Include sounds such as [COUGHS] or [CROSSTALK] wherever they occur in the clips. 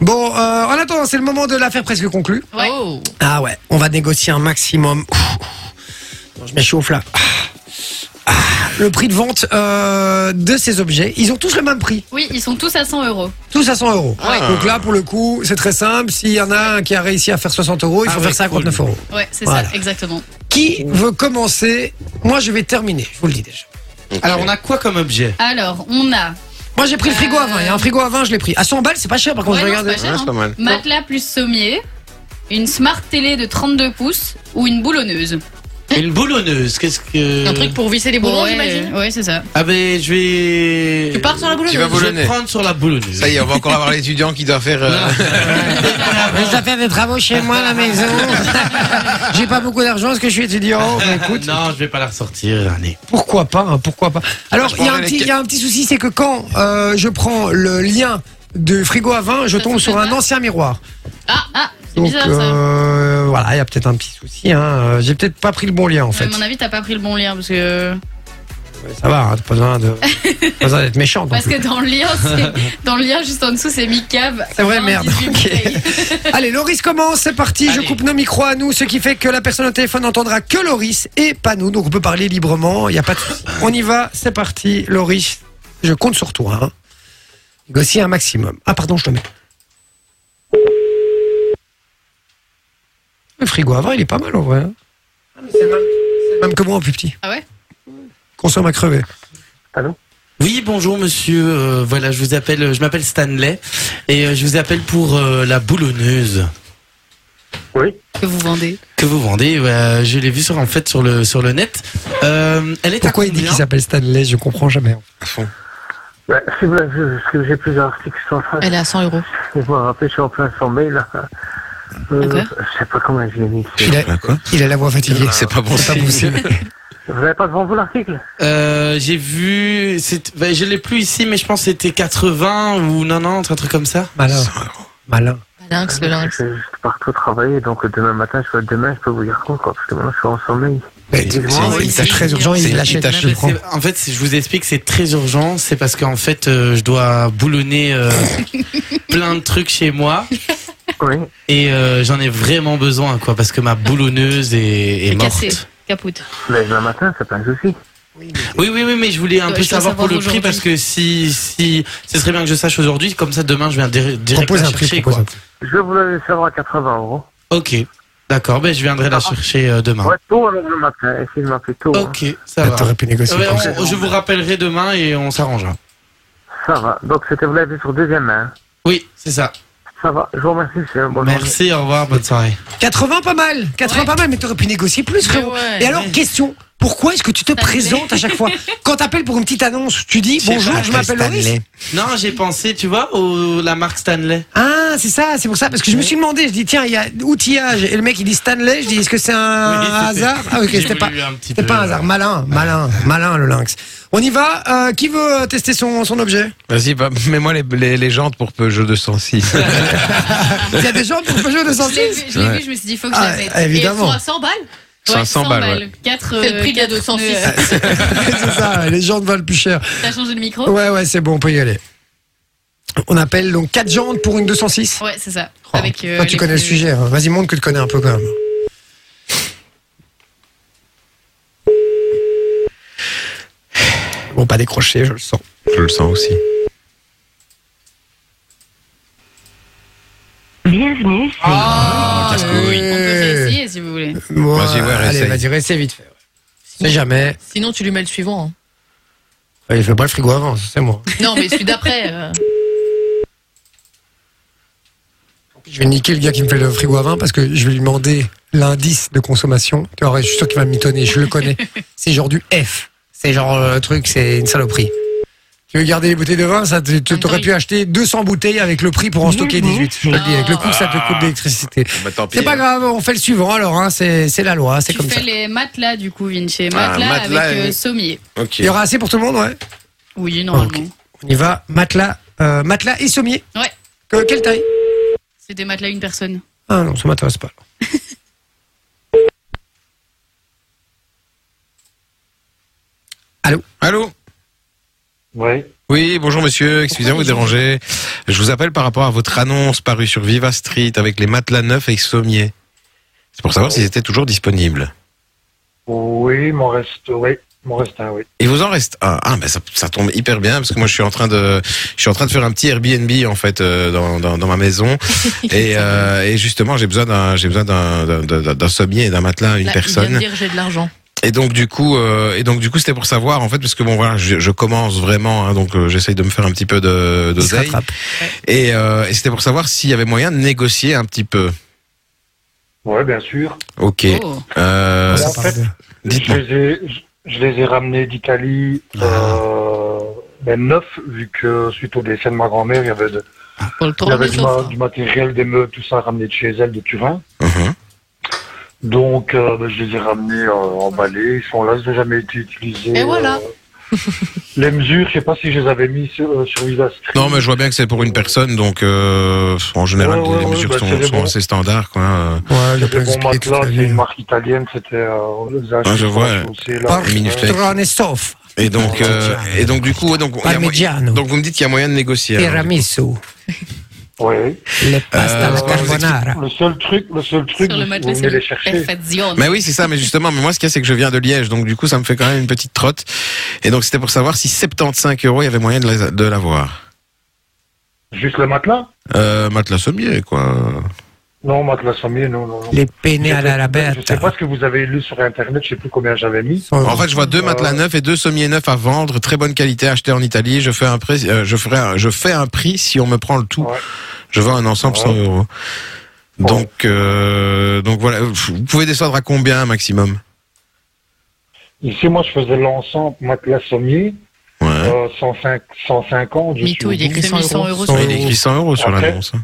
Bon, euh, en attendant, c'est le moment de l'affaire presque conclue. Ouais. Oh. Ah ouais, on va négocier un maximum. Ouh. Non, je m'échauffe là. Ah. Ah. Le prix de vente euh, de ces objets, ils ont tous le même prix, Oui, ils sont tous à 100 euros. tous à 100 euros. Ouais. Ah. Donc là, pour le coup, c'est très simple. S'il y en a un qui a réussi à faire 60 euros, il faut Ah, faire oui, 59 cool. euros. Ouais, c'est Voilà. ça, exactement. Qui veut commencer Moi, je vais terminer, je vous le dis déjà. Alors, on a quoi comme objet Alors, on a. Moi, j'ai pris le frigo à 20. Il y a un frigo à 20, je l'ai pris. À 100 balles, c'est pas cher par contre, Ouais, je non, regardais. c'est pas cher, Ouais, c'est pas hein. mal. Matelas plus sommier, une smart télé de 32 pouces ou une boulonneuse. Une boulonneuse. Qu'est-ce que. Un truc pour visser les boulons, j'imagine. ouais c'est ça. Ah, ben, je vais. Tu pars sur la boulonneuse. Tu vas Je vais boulonner. prendre sur la boulonneuse. Ça y est, on va encore avoir l'étudiant qui doit faire. [LAUGHS] euh, Je dois faire des travaux chez moi à la [LAUGHS] maison. j'ai pas beaucoup d'argent parce que je suis étudiant. Mais écoute, non, je vais pas la ressortir. Allez. pourquoi pas hein, Pourquoi pas Alors, Je il y, a un prendrai les petit- ca- il y a un petit souci, c'est que quand euh, je prends le lien de frigo à vin, je Ça, tombe c'est sur pas un mal. ancien miroir. Ah, ah, c'est Donc bizarre ça. euh, voilà, il y a peut-être un petit souci. Hein. Euh, J'ai peut-être pas pris le bon lien en À fait. mon avis, t'as pas pris le bon lien parce que. Ça va, hein, t'as pas besoin [LAUGHS] de- pas besoin d'être méchant. non Parce plus. que dans le lien, c'est- dans le lien juste en dessous, c'est mi-cave. C'est vrai, merde. 98 Ok. bouteilles. Allez, Loris commence, c'est parti. Je Allez. coupe nos micros à nous, ce qui fait que la personne au téléphone n'entendra que Loris et pas nous. Donc on peut parler librement, il n'y a pas de souci. On y va, c'est parti. Loris, je compte sur toi. Hein. Négocie un maximum. Ah, pardon, je te mets. Le frigo avant, il est pas mal en vrai. hein. Même que moi en plus petit. Ah ouais Consomme à crever. Oui, bonjour monsieur. Euh, voilà, je vous appelle. Je m'appelle Stanley et euh, je vous appelle pour euh, la boulonneuse Que vous vendez que vous vendez. Ouais, je l'ai vue sur en fait sur le sur le net. Euh, elle est Pourquoi à il dit combien qu'il s'appelle Stanley Je comprends jamais. Bah, si vous l'avez vu, parce que j'ai plusieurs articles qui sont en train Elle est à 100 euros. de vous rappeler, [LAUGHS] je suis en plein sans mail. Euh, D'accord. je sais pas comment je l'ai mis. Il a, Bah, quoi il a la voix fatiguée. C'est pas bon C'est pas signe. possible. Vous n'avez pas devant vous l'article Euh, J'ai vu. c'est- bah, je l'ai plus ici, mais je pense que c'était 80 ou 90, un truc comme ça. Malin. Malin. Lynx, le lynx. Je vais juste partout travailler, donc demain matin, je, demain, je peux vous dire quoi, quoi, parce que maintenant, je suis en sommeil. Mais tu- Oui, c'est- oui, c'est oui. très urgent, C'est il une l'achète. tâche, je le prends. C'est- En fait, c'est- je vous explique, c'est très urgent. C'est parce qu'en fait, euh, je dois boulonner [LAUGHS] euh, plein de trucs chez moi Oui. et euh, j'en ai vraiment besoin, quoi, parce que ma boulonneuse est, est C'est morte. cassé. Capoute. Mais demain matin, c'est pas un souci. Oui, oui, oui, mais je voulais un Ouais, peu je dois savoir pour savoir le prix aujourd'hui. parce que si, si, ce serait bien que je sache aujourd'hui, comme ça demain je viens dir- direct Propose la un prix. chercher, propose quoi. un prix. Je vais vous le savoir à 80 euros. Ok, d'accord, ben je viendrai la chercher euh, demain. Ouais, tôt, alors demain matin. Essayez de m'appeler tôt. hein. Ok, ça va. T'aurais pu négocier. Ouais, comme ça. on- je vous rappellerai demain et on s'arrangera. Ça va. Donc, c'était vous l'avez vu sur deuxième main. Oui, c'est ça. Ça va. Je vous remercie. c'est un bon Merci, au revoir, bonne soirée. 80 pas mal, 80 Ouais. pas mal, mais t'aurais pu négocier plus, frérot. ouais, Et alors, question. Pourquoi est-ce que tu te Stanley. présentes à chaque fois Quand t'appelles pour une petite annonce, tu dis Je sais bonjour, pas, je m'appelle Loris. Non, j'ai pensé, tu vois, au, la marque Stanley. Ah, c'est ça, c'est pour ça. Parce que je me suis demandé, je dis tiens, il y a outillage. Et le mec, il dit Stanley. Je dis est-ce que c'est un Oui, c'était- hasard Ah, ok, J'ai c'était pas, voulu un petit c'était peu, pas un euh, [LAUGHS] hasard. Malin, malin, malin le lynx. On y va. euh, qui veut euh, tester son, son objet Vas-y, bah, mets-moi les, les, les jantes pour Peugeot 206. Il y a des gens pour Peugeot Je l'ai 206 vu, je l'ai Ouais. vu, je me suis dit, faut que Ah, j'avais. évidemment. Et elles sont à 100 balles C'est à 100 balles, ouais. 4, C'est le prix de la 206. [LAUGHS] [LAUGHS] C'est ça, ouais, les gens ne valent plus cher. T'as changé de micro Ouais, ouais, c'est bon, on peut y aller. On appelle donc 4 jantes pour une 206. Ouais, c'est ça. Oh, Avec, euh, toi, tu les- connais le sujet. hein. Vas-y, montre que tu connais un peu quand même. Bon, pas décrocher, je le sens. [LAUGHS] Je le sens aussi. Bienvenue. sur- Oh, On peut réessayer si vous voulez. Bon, Vas-y, ouais, allez, réessaye. vas-y, réessaye vite fait. ouais. C'est jamais. Sinon, tu lui mets le suivant. [LAUGHS] hein. Ouais, Il fait pas le frigo avant, ça, c'est moi. Non, mais celui d'après. euh, Je vais niquer le gars qui me fait le frigo à vin parce que je vais lui demander l'indice de consommation. Tu vois, je suis sûr qu'il va me mitonner, je le [LAUGHS] connais. C'est genre du F. C'est genre euh, le truc, c'est une saloperie. Tu veux garder les bouteilles de vin, ça, tu- tu- t'aurais pu acheter 200 bouteilles avec le prix pour en stocker 18. Je te le dis, avec le coût que ça te Ah. coûte d'électricité. Bah, tant pis. C'est pas grave, on fait le suivant alors, hein, c'est c'est la loi, [LAUGHS] c'est Tu comme fais ça. les matelas du coup, Vinci. Ah, Matelas, matelas avec et- euh, sommier. Ok. Il y aura assez pour tout le monde, ouais. Oui, normalement. Ah, On y va, matelas, euh, matelas et sommier. Ouais. Que- quelle taille C'est des matelas une personne. Ah non, ça m'intéresse pas. alors. Allô Oui. Oui, bonjour monsieur, excusez-moi de vous déranger. Je vous appelle par rapport à votre annonce parue sur Viva Street avec les matelas neufs et sommiers. C'est pour savoir s'ils étaient toujours disponibles. Oui, m'en reste, oui, m'en reste un, oui. Il vous en reste un. Ah, ben ça, ça tombe hyper bien parce que moi je suis en train de, je suis en train de faire un petit Airbnb en fait euh, dans, dans, dans ma maison et, euh, et justement j'ai besoin d'un, j'ai besoin d'un, d'un- d'un, d'un sommier et d'un matelas à une Là, Il personne. vient de dire j'ai de l'argent. Et donc du coup, euh, et donc du coup, c'était pour savoir en fait, parce que bon voilà, je, je commence vraiment, hein, donc euh, j'essaye de me faire un petit peu de Il se d'oseille. rattrape. Et, euh, et c'était pour savoir s'il y avait moyen de négocier un petit peu. Ouais, bien sûr. Ok. Oh. Euh, Ça en parle fait, de- Je Dites-moi. les ai, je, je les ai ramenés d'Italie, Ah. euh, ben, neufs, vu que suite au décès de ma grand-mère, il y avait, de, Pour le il y tourner avait du, sauf, ma- hein. du matériel, des meubles, tout ça ramené de chez elle, de Turin. Mhm. Donc, euh, ben, je les ai ramenés euh, emballés. Ils sont là, ils n'ont jamais été utilisés. Et voilà. euh, [LAUGHS] les mesures, je sais pas si je les avais mis sur, euh, sur Visa Street. Non, mais je vois bien que c'est pour une personne, donc euh, en général, Ouais, les- ouais, les ouais, mesures bah, c'est sont, des sont bons. assez standards, quoi. euh, Ouais, il y a plein C'était de bon expliqués toute la matelas, c'est vie. une marque italienne, c'était euh, on les a Ah, je achetés vois. sur le chaussée, là. Par- Miniflex. Tranestov, Et donc, euh, et donc du coup, donc, il y a mo- parmigiano, donc vous me dites qu'il y a moyen de négocier. alors. tiramisu, Ouais. Eh, les pasta alla je vous explique. carbonara. Le seul truc, le seul truc, Sur le vous- matelas, vous c'est venez le les chercher. Perfezione. Mais oui, c'est ça, mais justement, mais moi, ce qu'il y a, c'est que je viens de Liège, donc du coup, ça me fait quand même une petite trotte. Et donc, c'était pour savoir si 75 euros, il y avait moyen de la- de l'avoir. Juste le matelas Euh, matelas sommier, quoi. Non, matelas sommier, non, non. non. Les penne alla Je sais rabetta. pas ce que vous avez lu sur Internet, je sais plus combien j'avais mis. En fait, je vois deux matelas Euh. neufs et deux sommiers neufs à vendre, très bonne qualité, achetés en Italie. Je fais un prix, euh, je ferai, un- je fais un prix si on me prend le tout. Ouais. Je vends un ensemble Ouais. 100 euros. Ouais. Donc, euh, donc voilà. Vous pouvez descendre à combien maximum Ici, moi, je faisais l'ensemble matelas Hein? sommier, Ouais. euh, 105, 150. Je Mito, il y a suis au bout. écrit 100 euros. Cent Il est écrit 100 euros sur Après. l'annonce. hein.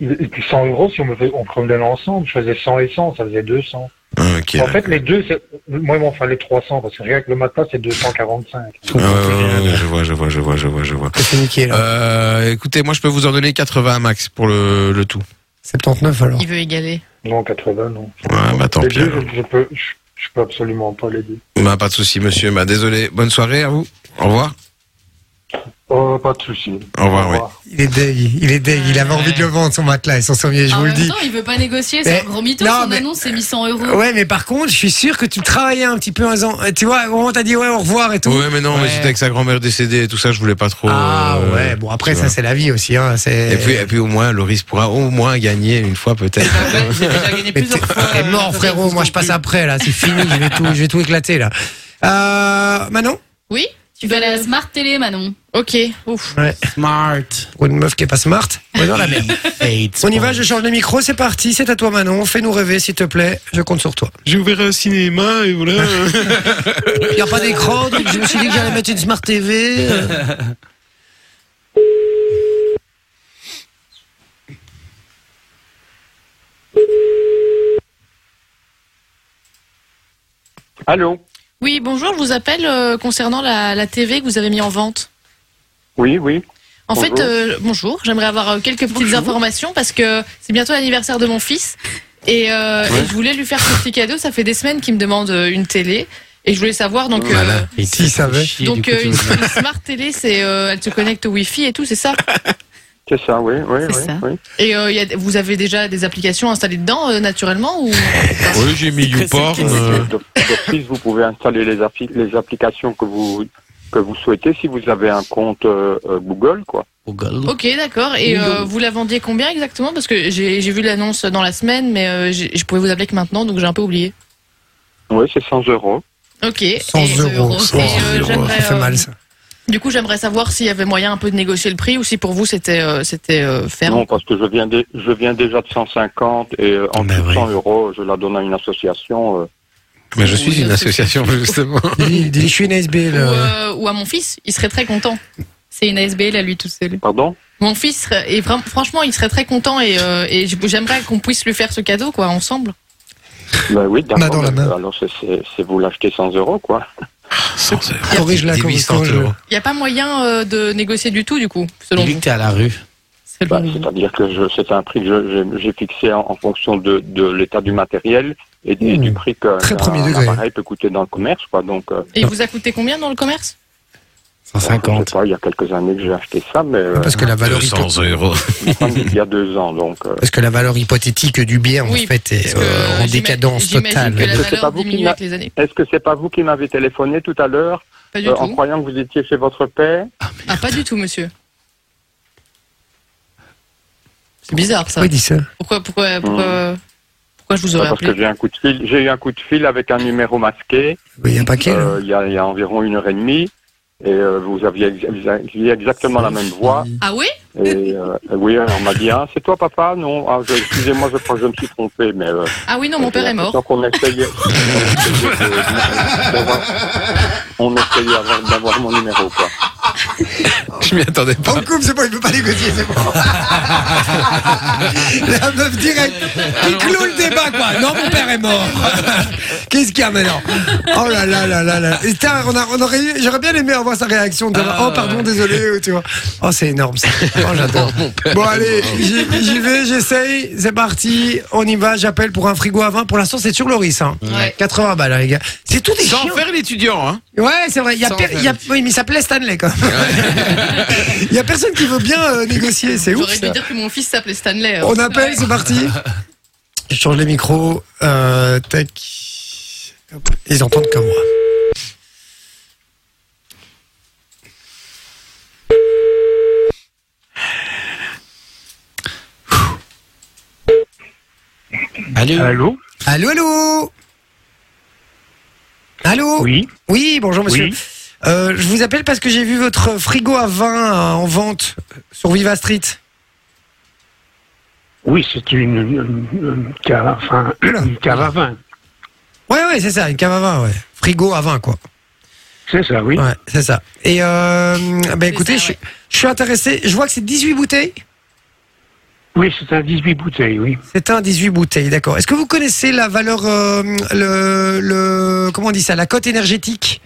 Il- et puis 100 euros, si on, me fait, on prenait l'ensemble, je faisais 100 et 100, ça faisait 200. Ah, ok. en fait, les deux, c'est- moi, il m'en fallait 300, parce que rien que le matelas, c'est 245. Je comprends Ah, ouais, plus ouais, rien. ouais, je vois, je vois, je vois, je vois, je vois. C'est niqué là. Euh, écoutez, moi je peux vous en donner 80 max pour le, le tout. 79 alors. Il veut égaler. Non, 80, non. Ouais, bah tant les pis. deux, alors. je, je peux, je, je peux absolument pas les deux. Bah pas de souci, monsieur. Bah désolé. Bonne soirée à vous. Au revoir. Oh, pas de souci. Au revoir, oui. Il est deg, il est deg. Il avait Ouais. envie de le vendre son matelas et son sommier, je Ah, En vous le même dis. temps, il veut pas négocier, c'est Mais- un gros mytho. non, Son mais- annonce, c'est mis 100 euros. Ouais, mais par contre, je suis sûr que tu travaillais un petit peu un an. Tu vois, au moment t'as dit ouais, au revoir et tout. Ouais, mais non, mais Ouais. c'était avec sa grand-mère décédée et tout ça, je voulais pas trop. Ah euh, ouais, bon après tu ça vois. c'est la vie aussi. Hein, c'est- Et puis, et puis au moins, Loris pourra au moins gagner une fois peut-être. J'ai déjà gagné Mais t'es plusieurs fois. t'es euh, mort frérot, moi je passe après là, c'est fini, je vais tout, je vais tout éclater là. Euh, Manon Oui ben, Tu vas à la Smart Télé, Manon. Ok, ouf. Smart. Pour une meuf qui est pas smart, on est dans la merde. On y va, je change de micro, c'est parti, c'est à toi Manon, fais-nous rêver s'il te plaît, je compte sur toi. J'ai ouvert un cinéma et voilà. Il n'y a pas d'écran, donc je me suis dit que j'allais mettre une Smart TV. euh. Allô Oui, bonjour, je vous appelle euh, concernant la, la TV que vous avez mis en vente. Oui, oui. En Bonjour. fait, euh, bonjour, j'aimerais avoir euh, quelques petites informations parce que c'est bientôt l'anniversaire de mon fils et, euh, et je voulais lui faire ce petit cadeau. Ça fait des semaines qu'il me demande euh, une télé et je voulais savoir donc. euh, Malin. S'il savait. donc euh, une, [LAUGHS] une smart télé, c'est euh, elle se connecte au Wi-Fi et tout, c'est ça. C'est ça, oui, oui, C'est oui, ça. oui. Et euh, il y a- vous avez déjà des applications installées dedans euh, naturellement ou [LAUGHS] Oui, j'ai mis YouPorn. euh, De- D'office, vous pouvez installer les, affi- les applications que vous, que vous souhaitez si vous avez un compte euh, euh, Google, quoi. Ok, d'accord. Et euh, vous la vendiez combien exactement Parce que j'ai j'ai vu l'annonce dans la semaine, mais euh, j'ai- je pouvais vous appeler que maintenant, donc j'ai un peu oublié. Oui, c'est 100 euros. 100 Ok. Et, euh, euros, et, 100 euh, euros, ça j'aimerais, fait euh, mal ça. Du coup, j'aimerais savoir s'il y avait moyen un peu de négocier le prix ou si pour vous c'était euh, c'était euh, Ben, ferme. Non, parce que je viens, dé- je viens déjà de 150 et euh, en Ben dessous de oui. 100 euros, je la donne à une association. euh. Mais je suis une [LAUGHS] association justement. Dis, dis, je suis une SBL. Ou, euh. euh, ou à mon fils, il serait très content. C'est une ASBL à lui tout seul. Pardon Mon fils, serait- et vra- franchement, il serait très content et, euh, et j'aimerais qu'on puisse lui faire ce cadeau quoi ensemble. Ben oui, On a dans d'accord. la main. Alors, c'est- c'est c'est vous l'achetez 100 euros, quoi. 100 euros. Corrige-la, Dis 800 corrige-la. euros. Il n'y a pas moyen euh, de négocier du tout du coup, selon Dis-lui vous. que t'es à la rue. Selon Bah, vous. C'est-à-dire que je- c'est un prix que je- j'ai- j'ai fixé en, en fonction de, de l'état du matériel et, du- Mmh. du prix que Très un premier degré. appareil peut coûter dans le commerce. Quoi. Donc, euh, Et il vous a coûté combien dans le commerce Je 150. sais pas, il y a quelques années que j'ai acheté ça, mais euh, Parce que la valeur, hypo- 200 euros. il y a deux ans, donc. euh, parce que la valeur hypothétique du bien, en Oui, fait, est Parce que, euh, en j'imagine- décadence J'imagine totale. que la Parce que pas valeur beaucoup diminue n'a- avec les années. Est-ce que c'est pas vous qui m'avez téléphoné tout à l'heure Pas du euh, en tout. croyant que vous étiez chez votre père Ah, pas du tout, monsieur. C'est bizarre ça. Pourquoi il dit ça Pourquoi, pourquoi, pourquoi, pourquoi je vous aurais Bah, Euh, Parce que appelé j'ai un coup de fil, j'ai eu un coup de fil avec un numéro masqué Il y a un paquet, là. euh, il y, a, il y a environ une heure et demie. Et euh, vous aviez ex- vous aviez exactement la même voix. Ah oui Et euh, oui, on m'a dit, ah, c'est toi papa Non, ah, je- excusez-moi, je crois que je me suis trompé. Mais, euh, Ah oui, non, mon j'ai père est l'impression mort. qu'on [LAUGHS] essayait- on essayait de- d'avoir- On essayait d'avoir- d'avoir mon numéro, quoi. [LAUGHS] Je m'y attendais On pas. coupe, c'est bon, il peut pas négocier, c'est bon. La meuf directe qui clôt le débat, quoi. Non, mon père est mort. Qu'est-ce qu'il y a maintenant Oh là là là là là. Et tain, on a- on aurait eu- j'aurais bien aimé avoir sa réaction. de- Ah, oh, pardon, ouais. désolé, ou tu vois. Oh, c'est énorme, ça. Oh, j'adore. Bon, allez, j'y j'y vais, j'essaye. C'est parti. On y va. J'appelle pour un frigo à vin. Pour l'instant, c'est sur Loris, hein. Ouais. 80 balles, hein, les gars. C'est tout des Sans chiens. faire l'étudiant, hein. Ouais, c'est vrai. Il y a Sans per- il y a- Oui, mais il s'appelait Stanley, quoi. [LAUGHS] Il y a personne qui veut bien euh, négocier, c'est ouf. J'aurais ça. dû dire que mon fils s'appelait Stanley. On appelle, c'est parti. Je change les micros. Euh, tac. Hop. Ils entendent comme moi. Allez, Allô Allô, allô Allô Oui, Oui, bonjour monsieur. oui. Euh, je vous appelle parce que j'ai vu votre frigo à vin euh, en vente sur Viva Street. Oui, c'est une, une- une cave, [COUGHS] enfin, une cave à vin. Ouais, ouais, c'est ça, une cave à vin, ouais. Frigo à vin, quoi. C'est ça, oui. Ouais, c'est ça. Et euh, bah, écoutez, ça, je, suis- je suis intéressé. Je vois que c'est 18 bouteilles. Oui, c'est un 18 bouteilles, oui. C'est un 18 bouteilles, d'accord. Est-ce que vous connaissez la valeur, euh, le, le, comment on dit ça, la cote énergétique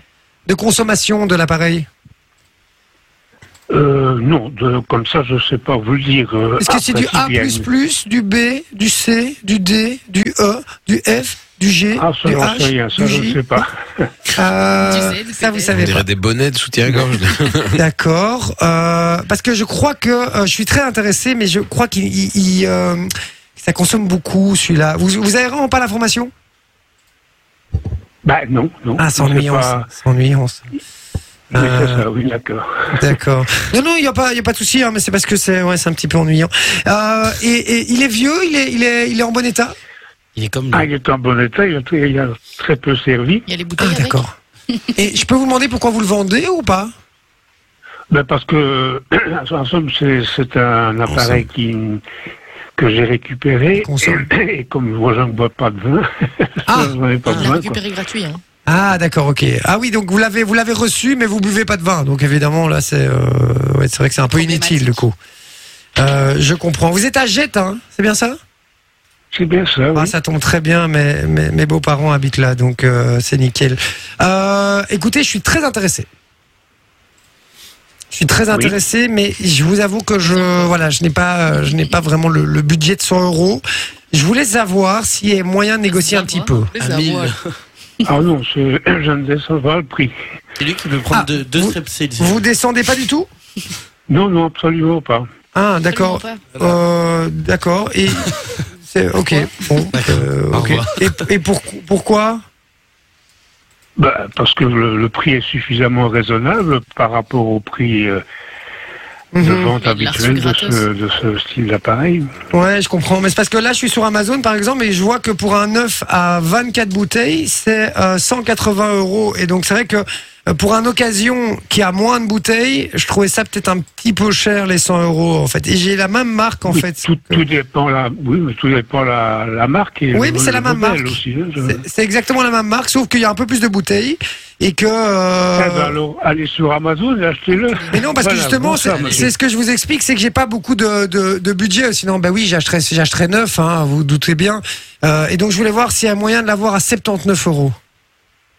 de consommation de l'appareil Euh, non, de, comme ça, je sais pas vous le dire. euh, Est-ce que c'est du A, après, si bien. du B, du C, du D, du E, du F, du G, Ah, ça, du j'en sais rien, H, ça, du je ne J sais pas. Euh, Tu sais, Ça, vous peut-être. On savez pas. dirait des bonnets de [LAUGHS] soutien-gorge. D'accord. Euh, parce que je crois que euh, je suis très intéressé, mais je crois qu'il il- il, euh, ça consomme beaucoup celui-là. Vous, vous avez vraiment pas l'information Bah, non, non. Ah, c'est je sais ennuyant. ça. pas. C'est ennuyant. ça. Mais c'est Euh, ça, oui, d'accord. D'accord. Non, non, il n'y a pas, il y a pas de souci, hein, mais c'est parce que c'est, ouais, c'est un petit peu ennuyant. Euh, et, et il est vieux, il est, il est, il est en bon état. il est comme Ah, nous. il est en bon état, il a, très- il a très peu servi. Il y a les bouteilles. Ah, avec. d'accord. Et je peux vous demander pourquoi vous le vendez ou pas Ben parce que, [COUGHS] en somme, c'est- c'est un appareil qui, que j'ai récupéré. Consomme. [COUGHS] Et comme moi, je ne bois pas de vin, [LAUGHS] Ah. je n'en ai pas On de l'a vin. quoi. récupéré gratuit. Hein. Ah, d'accord, ok. Ah oui, donc vous l'avez, vous l'avez reçu, mais vous buvez pas de vin, donc évidemment là, c'est, euh, ouais, c'est vrai que c'est un peu inutile du coup. Euh, je comprends. Vous êtes à Jette, hein C'est bien ça C'est bien ça, oui. Ah, ça tombe très bien, mes, mes, mes beaux-parents habitent là, donc euh, c'est nickel. Euh, écoutez, je suis très intéressé. Je suis très intéressé, mais je vous avoue que je voilà, je n'ai pas, euh, je n'ai pas vraiment le, le budget de 100 euros. Je voulais savoir s'il y a moyen de négocier un petit peu. Les À mille. avoir. Ah non, c'est- [CLEARS THROAT] je ne descends pas le prix. C'est lui qui peut prendre Ah, deux, deux vous- strepsils. Vous descendez pas du tout Non, non, absolument pas. Ah, d'accord. Absolument pas. Euh, d'accord. [LAUGHS] Et c'est ok. Bon. euh, Au ok. revoir. Et, et pour, pourquoi Ben, parce que le, le prix est suffisamment raisonnable par rapport au prix euh, de Mhm. vente Il a reçu habituel de gratos. ce, de ce style d'appareil. Ouais, je comprends. Mais c'est parce que là, je suis sur Amazon, par exemple, et je vois que pour un œuf à 24 bouteilles, c'est euh, 180 euros. Et donc, c'est vrai que euh, pour un occasion qui a moins de bouteilles, je trouvais ça peut-être un petit peu cher, les 100 euros, en fait. Et j'ai la même marque, en Oui, fait. tout, tout dépend la, oui, mais tout dépend la, la marque et Oui, le- mais c'est la le même modèle marque. aussi, hein, je- C'est- C'est exactement la même marque, sauf qu'il y a un peu plus de bouteilles et que. euh, Ah ben alors, allez sur Amazon et achetez-le. Mais non, parce que Voilà, justement, bon, ça, c'est- monsieur. c'est ce que je vous explique, c'est que j'ai pas beaucoup de, de, de budget. Sinon, bah oui, j'achèterais, j'achèterais neuf, hein, vous vous doutez bien. Euh, et donc, je voulais voir s'il y a moyen de l'avoir à 79 euros.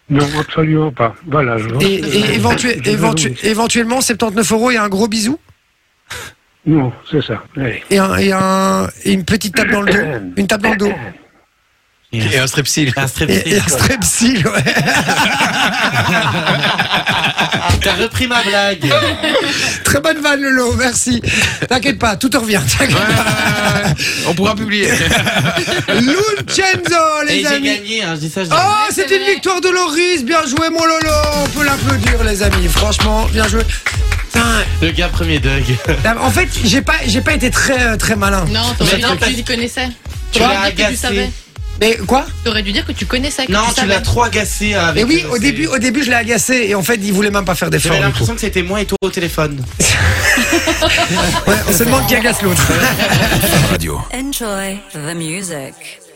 Non, absolument pas. Voilà, je... Et, et [LAUGHS] éventu- éventu- éventuellement, 79 euros et un gros bisou Non, c'est ça. Allez. et, un, et, un, et une petite tape dans le dos. Une tape dans le dos. Et un strepsil. Un strep- Et, et un strepsil, ouais. T'as repris ma blague. Oh, Très bonne vanne, Lolo, merci. T'inquiète pas, tout te revient. t'inquiète On pourra publier. pas. Lucenzo, Et les j'ai amis. gagné, hein, je dis ça, je dis rien. Oh, c'est c'est une vrai. victoire de Loris. Bien joué, mon Lolo. On peut l'applaudir, les amis. Franchement, bien joué. Putain, Le gars premier Doug. en fait, j'ai pas, j'ai pas été très, euh, très malin. Non, Mais t'aurais non, dû parce- dire que tu connaissais. Tu T'aurais l'as dû dire que tu agacé. savais. Mais quoi Ah, T'aurais dû dire que tu connaissais. que Non, tu savais. l'as trop agacé avec. Mais oui, euh, au c'est- début, au début, je l'ai agacé et en fait, il voulait même pas faire d'effort. J'avais du coup. l'impression que c'était moi et toi au téléphone. [LAUGHS] Ouais, on se demande qui agace l'autre. Enjoy the music.